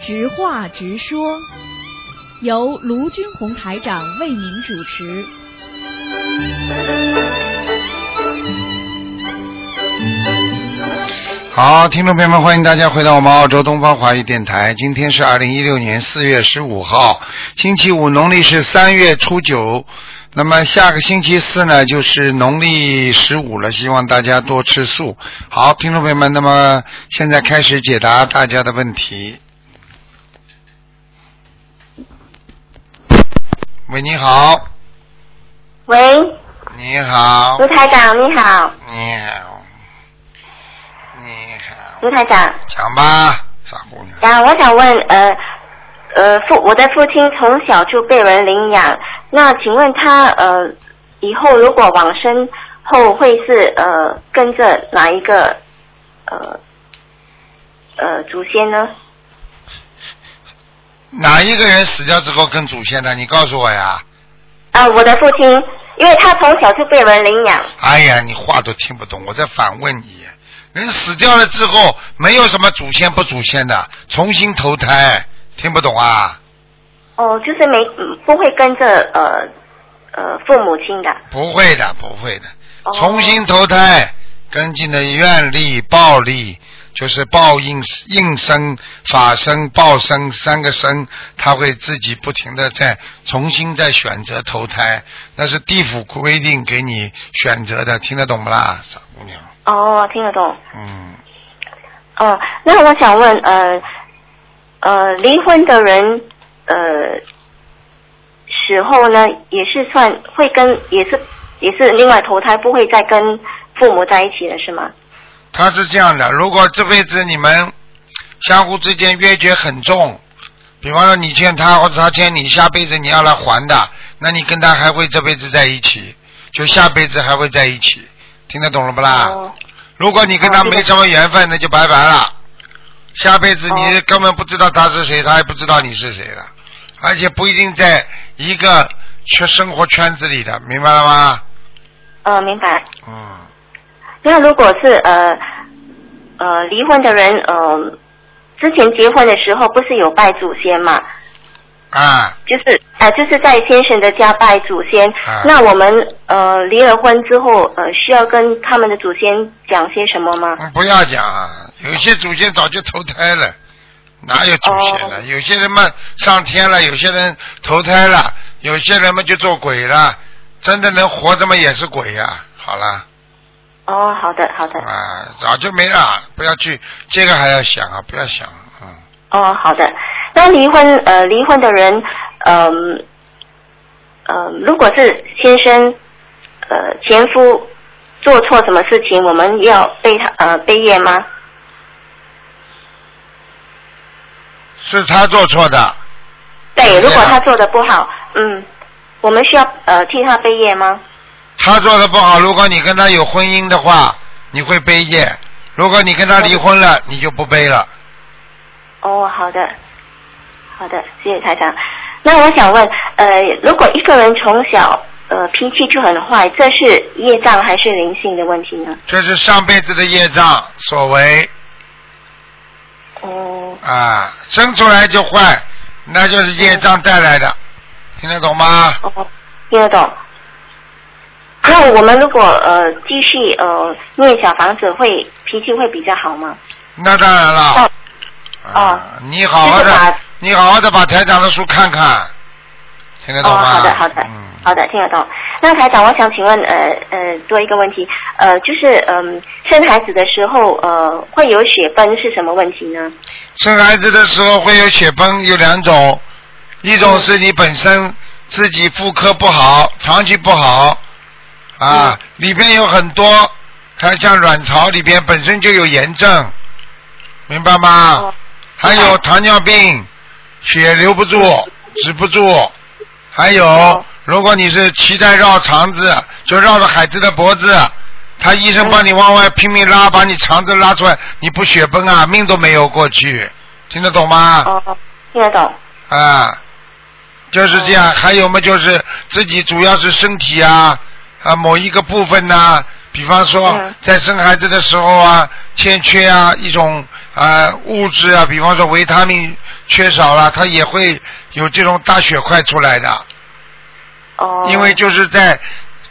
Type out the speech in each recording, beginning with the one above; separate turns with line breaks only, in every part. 直话直说，由卢军红台长为您主持。
好，听众朋友们，欢迎大家回到我们澳洲东方华语电台。今天是二零一六年四月十五号，星期五，农历是三月初九。那么下个星期四呢，就是农历十五了，希望大家多吃素。好，听众朋友们，那么现在开始解答大家的问题。喂，你好，
喂，
你好，
卢台长你好，
你好，你好，
卢台长，
讲吧，傻姑娘。
啊，我想问，呃，呃，父我的父亲从小就被人领养，那请问他呃，以后如果往生后会是呃跟着哪一个呃呃祖先呢？
哪一个人死掉之后跟祖先的？你告诉我呀！
啊，我的父亲，因为他从小就被人领养，
哎呀，你话都听不懂，我在反问你。人死掉了之后，没有什么祖先不祖先的，重新投胎，听不懂啊？
哦，就是没嗯不会跟着呃呃父母亲的，
不会的，不会的，
哦
重新投胎，跟进的愿力、报力，就是报应、应生、法生、报生三个生，他会自己不停的在重新再选择投胎，那是地府规定给你选择的，听得懂不啦，傻姑娘？
哦，听得懂。
嗯，
哦，那我想问，呃，呃，离婚的人，呃，死后呢，也是算会跟，也是也是另外投胎，不会再跟父母在一起了，是吗？
他是这样的，如果这辈子你们相互之间冤结很重，比方说你欠他或者他欠你，下辈子你要来还的，那你跟他还会这辈子在一起，就下辈子还会在一起，听得懂了不啦？
哦，
如果你跟他
哦
没什么缘分，那就拜拜了，下辈子你
哦
根本不知道他是谁，他也不知道你是谁了，而且不一定在一个圈生活圈子里的，明白了吗？
呃，明白。
嗯。
那如果是呃呃离婚的人，呃，之前结婚的时候不是有拜祖先嘛？
啊，
就是呃，就是在先生的家拜祖先。
啊
那我们呃离了婚之后，呃，需要跟他们的祖先讲些什么吗？
嗯，不要讲啊，有些祖先早就投胎了，哪有祖先了？
哦
有些人嘛上天了，有些人投胎了，有些人嘛就做鬼了，真的能活着嘛也是鬼呀、好了，
哦，好的，好的，
啊，早就没了，不要去这个还要想啊，不要想，嗯，
哦，好的。那离婚呃，离婚的人，嗯、呃，如果是先生呃前夫做错什么事情，我们要背他呃背业吗？
是他做错的，
对，
对
如果
啊
他做的不好，嗯，我们需要呃替他背业吗？
他做的不好，如果你跟他有婚姻的话，你会背业；如果你跟他离婚了，你就不背了。
哦，好的，好的，谢谢台长。那我想问，呃，如果一个人从小呃脾气就很坏，这是业障还是灵性的问题呢？
这是上辈子的业障所为。
哦，
啊，生出来就坏，那就是业障带来的，听得懂吗？
哦，听得懂。那我们如果呃继续呃念小房子会，脾气会比较好吗？
那当然了。啊
哦，
你好好
就是
的
把，
你好好的把台长的书看看，听得懂
哦，
吗？
好的，好的，
嗯，
好的，听得懂。那台长，我想请问，呃呃，多一个问题，呃，就是嗯、生孩子的时候，呃，会有血崩是什么问题呢？
生孩子的时候会有血崩，有两种，一
嗯
种是你本身自己妇科不好，长期不好，
嗯
啊，里边有很多，还像卵巢里边本身就有炎症，明白吗？
哦
还有糖尿病，血流不住，止不住。还有
哦，
如果你是脐带绕肠子，就绕着孩子的脖子，他医生帮你往外拼命拉，把你肠子拉出来，你不血崩啊，命都没有过去，听得懂吗？
哦，听得懂。
啊，就是这
哦
样。还有嘛，就是自己主要是身体啊，啊某一个部分呐、比方说
嗯
在生孩子的时候啊，欠缺啊一种呃物质啊，比方说维他命缺少了，他也会有这种大血块出来的。
哦。
因为就是在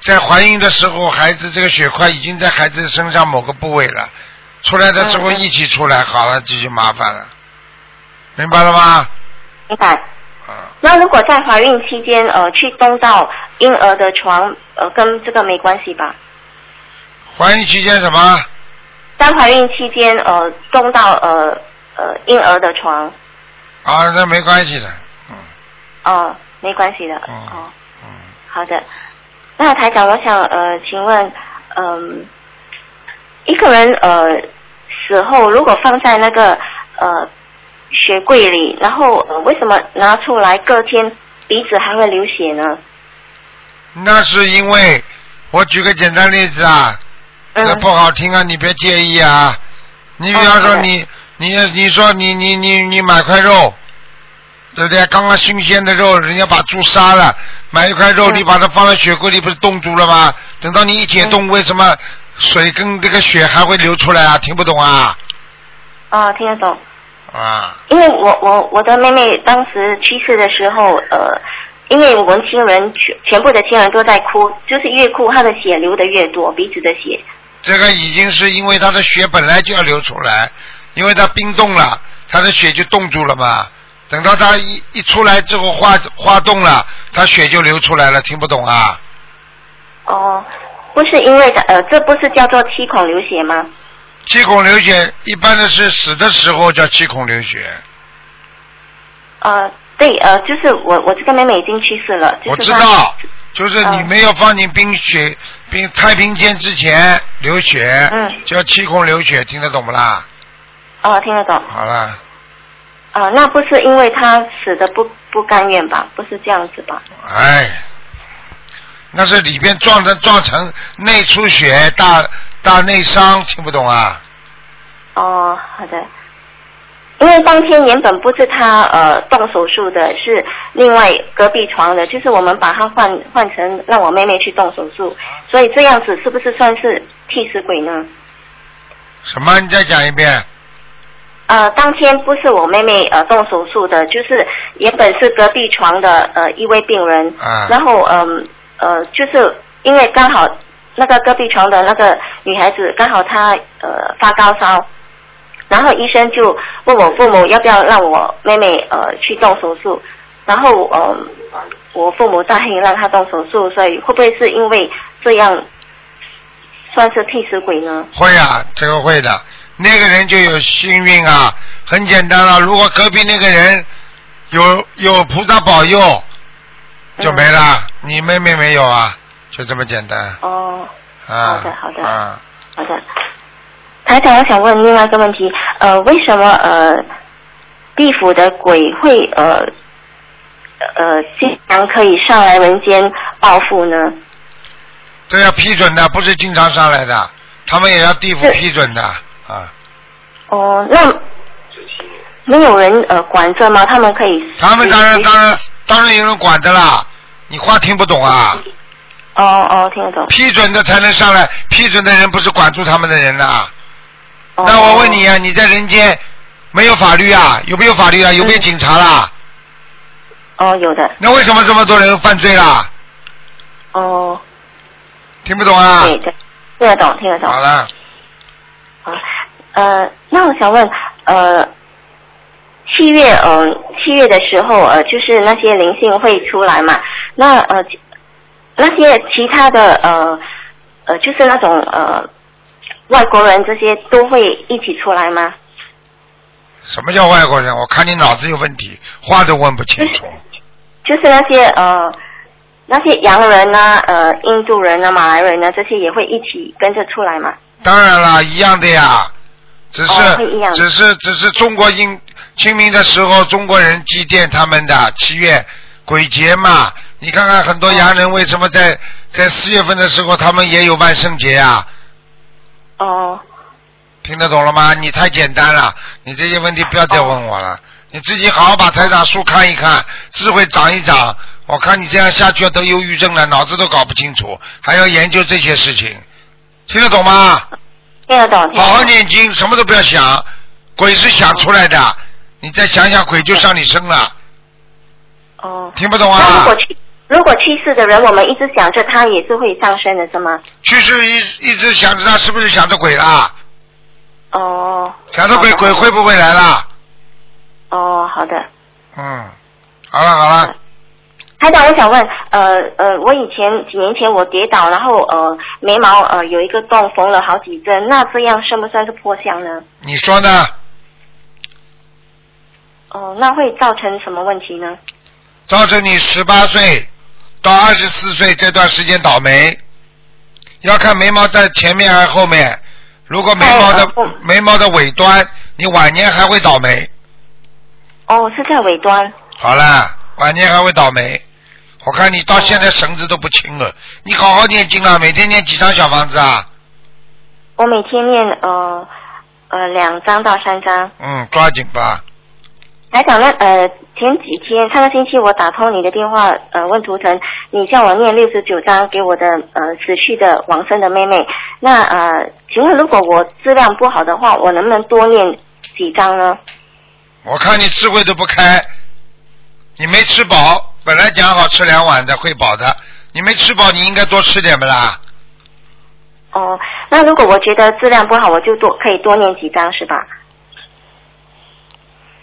在怀孕的时候，孩子这个血块已经在孩子身上某个部位了，出来的时候
嗯嗯
一起出来，好了这就麻烦了，明白了吗？
明白。
啊，
那如果在怀孕期间，呃，去动到婴儿的床，呃，跟这个没关系吧？
怀孕期间什么？
在怀孕期间，呃，动到呃呃婴儿的床，
啊，那没关系的，嗯
哦、没关系的，
嗯
哦，
嗯。
好的。那台长，我想呃，请问，嗯、一个人呃死后如果放在那个呃雪柜里，然后、呃、为什么拿出来隔天鼻子还会流血呢？
那是因为，我举个简单例子啊，
嗯
这不好听啊，你别介意啊。你比方说
嗯
你，你你说你你你你买块肉，对不对？刚刚新鲜的肉，人家把猪杀了，买一块肉，
嗯
你把它放在雪柜里，不是冻住了吗？等到你一解
嗯
冻，为什么水跟这个血还会流出来啊？听不懂啊？
啊、听得懂。
啊，
因为我我我的妹妹当时去世的时候，呃，因为我们亲人全全部的亲人都在哭，就是越哭她的血流的越多，鼻子的血。
这个已经是因为它的血本来就要流出来，因为它冰冻了，它的血就冻住了嘛。等到它一一出来之后化化冻了，它血就流出来了，听不懂啊？
哦，不是因为的，呃，这不是叫做七孔流血吗？
七孔流血一般的是死的时候叫七孔流血，
呃，对，呃，就是我我这个妹妹已经去世了，就是
我知
她
道，就是你
嗯
没有放进冰雪冰太平间之前流血，
嗯
叫七孔流血，听得懂不啦？
哦，听得懂。
好了，
啊、那不是因为她死的不不甘愿吧？不是这样子吧？
哎，那是里边撞成撞成内出血、大大内伤，听不懂啊？
哦，好的。因为当天原本不是他呃动手术的，是另外隔壁床的，就是我们把他换换成让我妹妹去动手术，所以这样子是不是算是替死鬼呢？
什么？你再讲一遍。
呃，当天不是我妹妹呃动手术的，就是原本是隔壁床的呃一位病人，
啊
然后嗯呃就是因为刚好那个隔壁床的那个女孩子刚好她呃发高烧，然后医生就问我父母要不要让我妹妹呃去动手术，然后嗯、我父母答应让她动手术，所以会不会是因为这样算是替死鬼呢？
会啊，这个会的。那个人就有幸运啊，很简单了、如果隔壁那个人有有菩萨保佑，
嗯
就没了。你妹妹没有啊？就这么简单啊。
哦。好的好的
啊，
好的，台长，我想问另外一个问题，呃，为什么呃，地府的鬼会呃呃经常可以上来人间报复呢？
这要批准的，不是经常上来的，他们也要地府
是
批准的啊。
哦，那没有人呃管这吗？他们可以
他们当然
随
当然当然有人管的啦，你话听不懂啊？
哦哦，听得懂。
批准的才能上来，批准的人不是管住他们的人呐、
哦
那我问你，啊，你在人间没有法律啊？有没有法律啊？有没有警察啦？
哦，有的，
那为什么这么多人犯罪啦？
哦，
听不懂啊？
对对，听得懂，听得懂。
好了，
啊，呃，那我想问，呃，七月，嗯、七月的时候，呃，就是那些灵性会出来嘛？那呃，其那些其他的，呃，呃，就是那种呃，外国人这些都会一起出来吗？
什么叫外国人？我看你脑子有问题，话都问不清楚。
就是那些呃，那些洋人呐、呃，印度人呐、马来人呐、啊这些也会一起跟着出来嘛？
当然啦，一样的呀，只是、
哦会一样的
只是只是中国清清明的时候，中国人祭奠他们的七月鬼节嘛。你看看很多洋人为什么在、在四月份的时候，他们也有万圣节啊？
哦、
听得懂了吗？你太简单了，你这些问题不要再问我了，你自己好好把台长书看一看，智慧长一长。我看你这样下去要得忧郁症了，脑子都搞不清楚，还要研究这些事情，听得懂吗？
听得懂，听得
哦
懂。
好好念经，什么都不要想。鬼是想出来的，你再想想鬼就上你身了，
哦。
听不懂啊？
那如果去如果去世的人，我们一直想着他也是会上升的，是吗？
去世一一直想着他是不是想着鬼啦？
哦。
想着鬼
好的
鬼会不会来啦？
哦，好的。
嗯，好了好了，
台长，我想问，呃呃，我以前几年前我跌倒，然后呃眉毛呃有一个洞，缝了好几针，那这样算不算是破相呢？
你说呢？
哦、那会造成什么问题呢？
造成你十八岁到二十四岁这段时间倒霉，要看眉毛在前面还是后面。如果眉毛的
哎我
眉毛的尾端，你晚年还会倒霉。
哦，是在尾端。
好啦，晚年还会倒霉。我看你到现在绳子都不清了，你好好念经啊，每天念几张小房子啊？
我每天念呃呃两张到三张。
嗯，抓紧吧。
台长呢？呃，前几天上个星期我打通你的电话，呃，问图腾，你叫我念六十九章给我的呃持续的往生的妹妹。那呃，请问如果我质量不好的话，我能不能多念几张呢？
我看你智慧都不开，你没吃饱，本来讲好吃两碗的会饱的，你没吃饱，你应该多吃点不啦？
哦，那如果我觉得质量不好，我就多可以多念几张是吧？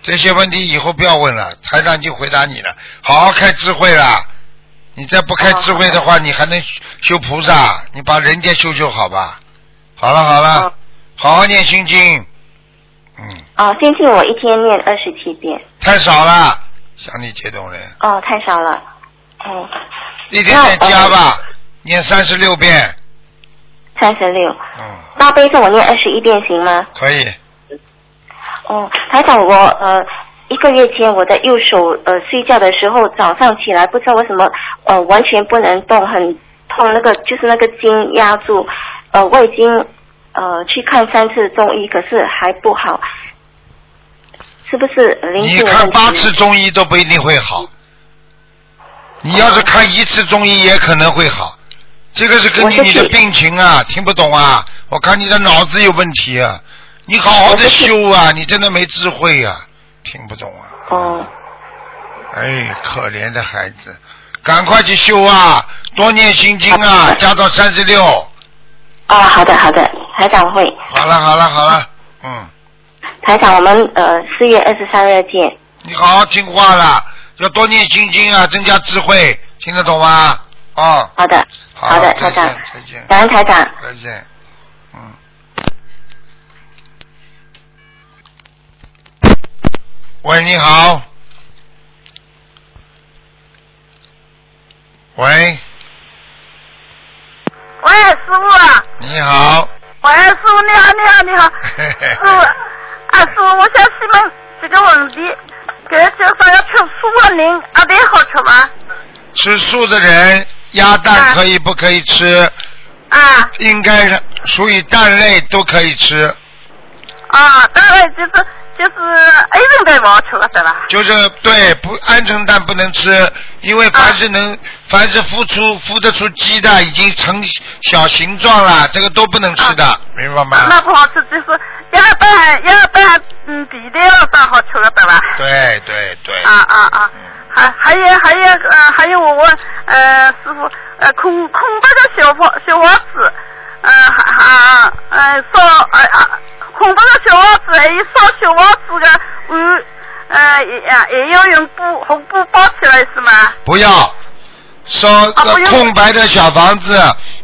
这些问题以后不要问了，台长已经回答你了。好好开智慧啦！你再不开智慧的话，你还能修菩萨？你把人间修修好吧。好了好了，
哦
好好念心经。嗯，
哦，先进我一天念二十七遍。
太少了，像你这种人，
哦，太少了。哦，
一天再加吧，念三十六遍。
三十六。
嗯，
大悲咒我念二十一遍行吗？
可以。
哦，台长，我呃一个月前我的右手呃睡觉的时候早上起来不知道为什么呃完全不能动，很痛，那个就是那个筋压住，呃我已经呃去看三次中医，可是还不好，是不是呃灵
你
性的
看
问题？
啊八次中医都不一定会好，你要是看一次中医也可能会好，这个是根据
我
你
是
的
去
病情啊，听不懂啊？我看你的脑子有问题啊，你好好的
我是去
修啊，你真的没智慧啊，听不懂啊？
哦，
哎，可怜的孩子，赶快去修啊，多念心经啊
好，
加到三十六。
哦，好的好的，台长会，
好了好了好了，嗯，
台长我们呃四月二十三日见。
你好好听话啦，要多念心经啊，增加智慧，听得懂吗？哦。
好的，
好
的，
再
台
见
长，
再见
感恩台长。
再见，嗯。喂，你好。喂，
喂，师傅，
你好。
喂，师傅你好，你好，你好，
嘿嘿
师傅，啊，师傅，我想询问几个问题，给就是要吃苏果林，阿啊得好吃吗？
吃素的人，鸭蛋
啊
可以不可以吃？
啊
应该是属于蛋类都可以吃，
啊，当然就是就是 A 人蛋不好吃了，对吧？
就是对不鹌鹑蛋不能吃，因为凡是能、凡是孵出孵得出鸡的已经成小形状了，这个都不能吃的，明白吗？
啊那不好吃，就是鸭蛋鸭蛋嗯比的要蛋好吃了，对吧？
对对对，
啊啊啊！还还有还有呃还有我问呃师傅呃空空白的小房小房子，呃还还呃烧呃啊空白的小房子还有烧小房子的碗呃也啊也要用布红布包起来是吗？
不要烧、
啊不用
空白的小房子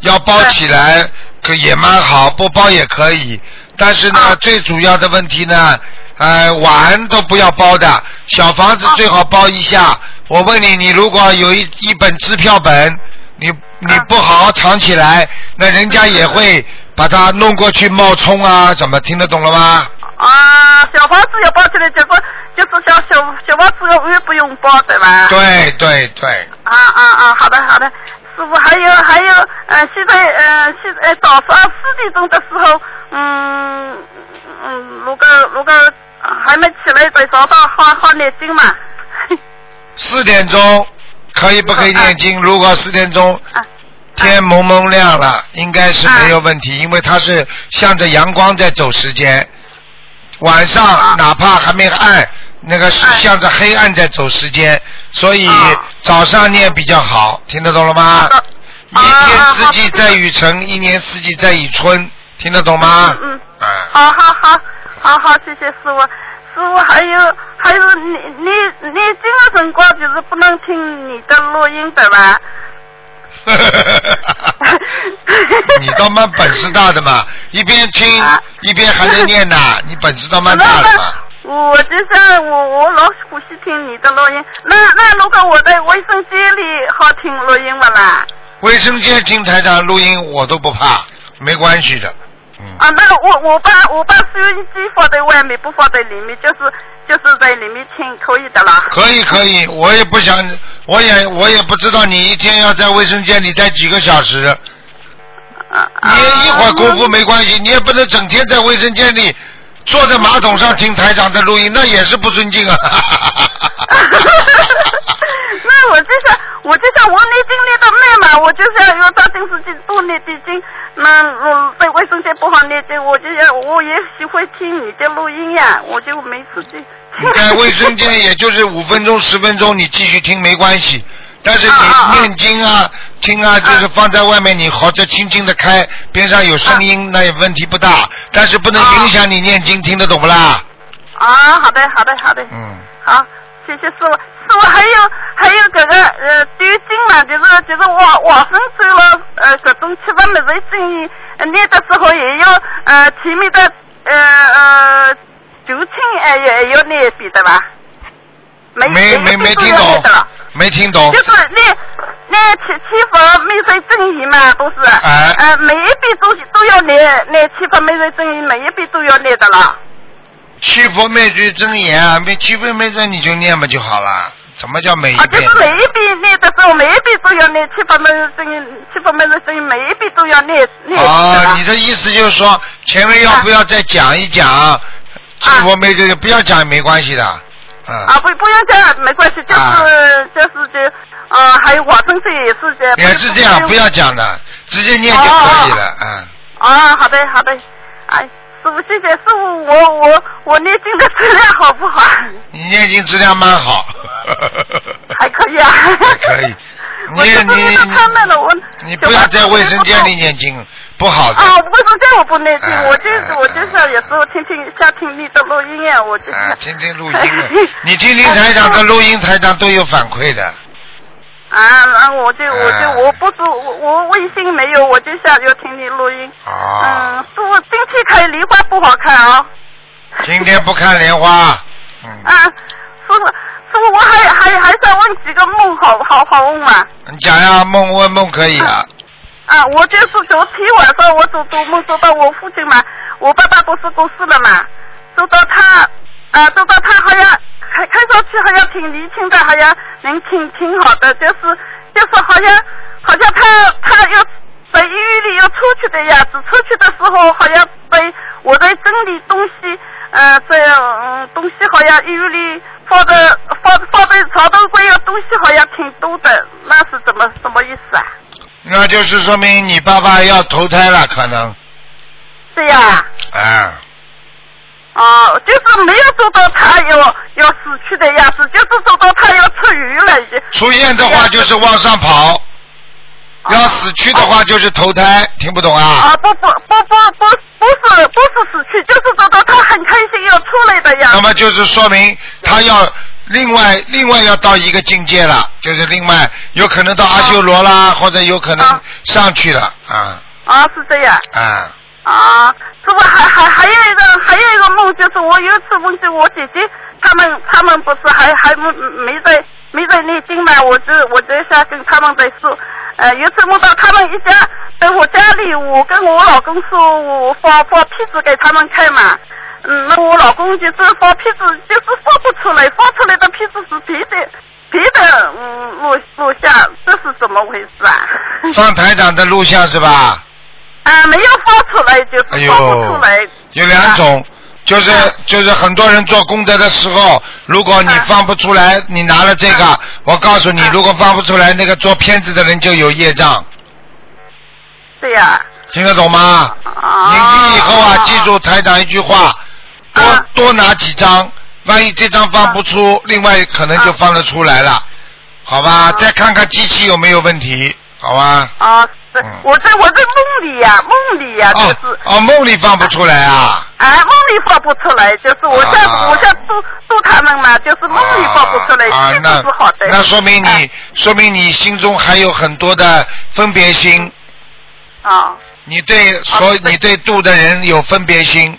要包起来，可也蛮好，不包也可以。但是呢，
啊
最主要的问题呢，呃，碗都不要包的，小房
啊
子最好包一下。我问你，你如果有一一本支票本，你你
啊
不好好藏起来，那人家也会把它弄过去冒充啊，怎么听得懂了吗？
啊，小房子要包起来，结果就是像小小房子的碗不用包对吧？
对对对，
啊啊啊！好的好的，师傅，还有还有，呃，现在呃现在早上四点钟的时候，嗯嗯，如果如果呃还没起来，得早上好好念经嘛。
四点钟可以不可以念经？如果四点钟
啊
天蒙蒙亮
啊
了，应该是没有问题，因为它是向着阳光在走时间，晚
啊
上哪怕还没暗，那个是
哎
向着黑暗在走时间，所以
啊
早上念比较好，听得懂了 吗？
啊
一年
啊
四季在雨晨，一年四季在雨春，听得懂吗？
嗯嗯
啊
好好好，好好，谢谢师傅。师傅，还有还有你，你你念经的辰光就是不能听你的录音对吧？
你倒蛮本事大的嘛，一边听
啊
一边还能念 呐，你本事倒蛮大的嘛。
那么我就是我，我老欢喜听你的录音。那那如果我在卫生间里好听录音不啦？
卫生间听台长录音我都不怕，没关系的。嗯，
啊，那我我把我把收音机放在外面，不放在里面，就是就是在里面听，可以的啦。
可以可以，我也不想，我也我也不知道你一天要在卫生间里待几个小时，
啊
你也一会儿功夫没关系，你也不能整天在卫生间里坐在马桶上听台长的录音，那也是不尊敬啊。
那我就想，我就想，我念经念的慢嘛，我就想要到电视机多念点经。那我在卫生间不好念经，我就想，我也喜欢听你的录音呀，我就没时间。
你在卫生间，也就是五分钟、十分钟，你继续听没关系。但是
啊啊
你
啊
念经啊、听啊，就是放在外面，你好这轻轻的开，边上有声
啊
音，那也问题不大。但是不能影响你念经，听得懂不啦？
啊，好的，好的，好的，
嗯，
好，谢谢师傅。师傅还有还有这个呃丢经嘛，就是就是往往生走了呃各种吃的么子经念念呃的时候也要呃前面的呃呃九经哎也也要念一遍对吧？没
没没没听懂，哦没听懂
就。是念念七七佛灭罪真言嘛，不是？
哎
呃，每一遍都都要念念七佛灭罪真言，每一遍都要念的了。
七佛灭罪真言啊，没七佛灭罪你就念吧就好了。怎么叫每一
啊，就
遍？
是每一遍念的时候，每一遍都要念七八门的声音，七八门的声音，每一遍都要念念。
哦，你
是吧啊
的意思就是说前面要不要再讲一讲？七佛灭罪不要讲也没关系的，嗯。
啊，不不用这样，没关系，就是、
啊
就是就，呃，还有往生咒也是这。
也是这样，不要讲的，直接念就可以了，嗯。
啊，好的好的，哎，师傅谢谢师傅，我我我念经的质量好不 好？
你念经质量蛮好，
还可以啊。
还 可以。
我
你
就是念到他们了，我
你你不哦要在卫生间里念经，不好的。
啊，卫生间我不念经，
哎
我就是我就是有时候听听想听你的录音啊，我就是。
啊，听听录音了，你听听台长的录音，台长都有反馈的。
啊，然后我就我
哎
就我不足，我我微信没有，我就想要听你录音。
哦
嗯，，师傅，今天看梨花不好看啊、
今天不看莲花，嗯，
啊，师傅，师傅，我还还还想问几个梦，好好好问嘛。
你讲呀，梦问梦可以啊，
啊，我就是昨天晚上我做做梦做到我父亲嘛，我爸爸不是过世了嘛，做到他，啊，做到他好像看看上去好像挺年轻的，好像人挺挺好的，就是就是好像好像他他要在医院里要出去的样子，出去的时候好像被我在整理东西，呃，这嗯东西好像医院里放的放放在床头柜的东西好像挺多的，那是怎么什么意思啊？
那就是说明你爸爸要投胎了，可能，
这样啊？
啊。
哦，就是没有做到他要要死去的样子，就是做到他要出狱了已经。
出现的话就是往上跑，
哦
要死去的话就是投胎，听不懂啊？
啊，不不不不不不是不是死去，就是做到他很开心要出来的样
那
子。
么就是说明他要另外另外要到一个境界了，就是另外有可能到阿修罗啦，或者有可能
啊
上去了啊
啊，是这样。
啊！
啊，这不还还还有一个还有一个梦，就是我有一次梦见我姐姐他们他们不是还还没没在没在念经嘛，我就我就想跟他们在说，呃，有一次梦到他们一家在我家里，我跟我老公说我放放屁子给他们看嘛。嗯，那我老公就是放屁子，就是放不出来，放出来的屁子是别的别的嗯录录像，这是怎么回事啊？
放台长的录像是吧？
啊，没有放出来，就
哎
是
呦
放不出来。
有两种，就是
啊
就是很多人做功德的时候，如果你
啊
放不出来，你拿了这个
啊，
我告诉你
啊，
如果放不出来，那个做骗子的人就有业障，
对呀、哦
听得懂吗？
啊。
啊你以后啊，记住台长一句话，多、
啊
多拿几张，万一这张放不出，另外可能就放得出来了，好吧？再看看机器有没有问题，好吧？
啊，是
嗯
我在我在梦里呀、梦里呀、
哦
就是。
哦，梦里放不出来啊！
哎，梦里放不出来，就是我在、
啊
我在度度他们嘛，就是梦里放不出来，
啊
这，
那
个是好的。
那说明你、
哎
说明你心中还有很多的分别心，
啊
你对所、
对
你对度的人有分别心。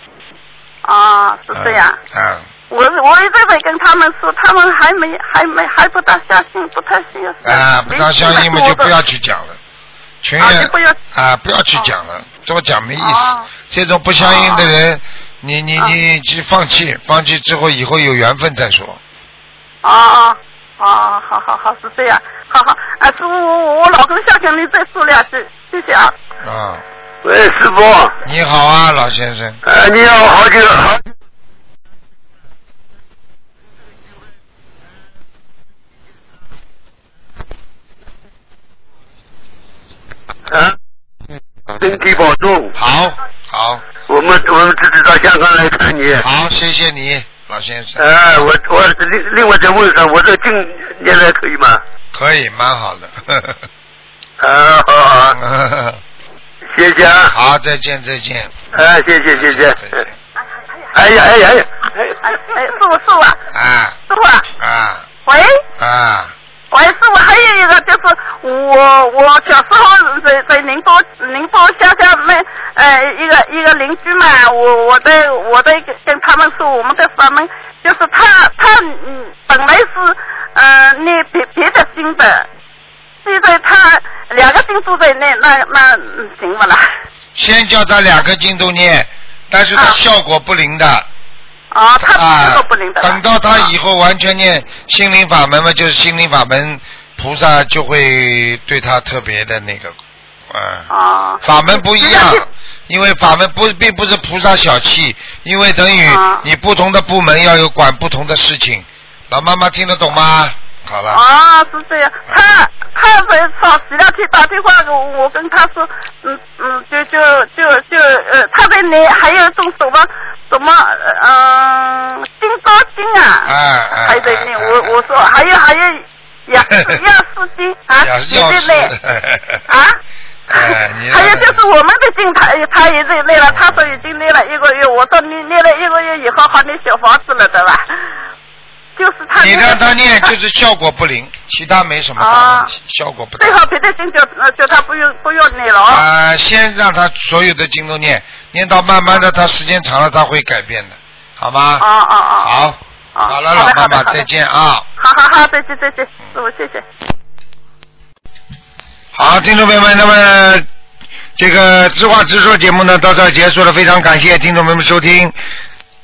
啊，是这样。
嗯。嗯
我我一直在跟他们说，他们还没还没还不大相信，不太信。
啊，不大相信嘛，就不要去讲了。全
啊
员
就不要
啊，不要去讲了，多讲没意思
哦。
这种不相信的人，你你你去放弃，放弃之后以后有缘分再说。
啊啊啊！好好好，是这样，好好。啊，师傅，我我老公想跟你再说两句，谢谢啊。
啊，
喂，师傅，
你好啊，老先生。
呃，你好，好久好。啊，身体保重。
好，好，
我们我们这次到香港来看你。
好，谢谢你，老先生。
哎，我我另另外再问一下，我这近年来可以吗？
可以，蛮好的。
啊，好好，谢谢啊，
嗯 好，再见，再见。
哎，谢谢谢谢
再。见。
哎呀哎呀哎呀，
哎哎，师傅师傅啊，
啊
师傅啊，
啊
喂
啊！
喂，师傅，还有一个就是我我小时候在在宁波宁波乡下面呃一个一个邻居嘛，我我在我在跟他们说我们的法门，就是他他嗯本来是呃念别别的经的，现在他两个经都在念，那那嗯行不啦？
先叫他两个经都念，但是他
啊
效果不灵的。
啊，他
啊
什么都不灵的啦。
等到他以后完全念心灵法门嘛，就是心灵法门，菩萨就会对他特别的那个，啊，
啊
法门不一样
实际上，
因为法门不并不是菩萨小气，因为等于
啊
你不同的部门要有管不同的事情。老妈妈听得懂吗？好了，
啊，是这样，他他在早前两天打电话给我，我跟他说，嗯嗯，就就就就呃，他在那还有一种什么什么呃嗯，金高金
哎
啊，
哎，
还在
哎
那，我我说还有还有 雅士 雅士金啊，
要
也
要
在
是
那啊。
哎你
还有就是我们的金他他也在那了，他说已经那了一个月，我说你那了一个月以后好你小房子了对吧？就是他
你
那个
让他 念就是效果不灵，其他没什么大问题，效果不大
啊最。好别的经就呃就他不用不用你了啊。
啊、先让他所有的经都念，念到慢慢的，他时间长了他会改变的，好吗？
啊啊啊！
好，
啊
好了，
好
老
的
妈妈
好的好的
再见啊！
好好好，再见再见，师傅谢谢。
好，听众朋友们，那么这个知话直说节目呢到这儿结束了，非常感谢听众朋友们收听。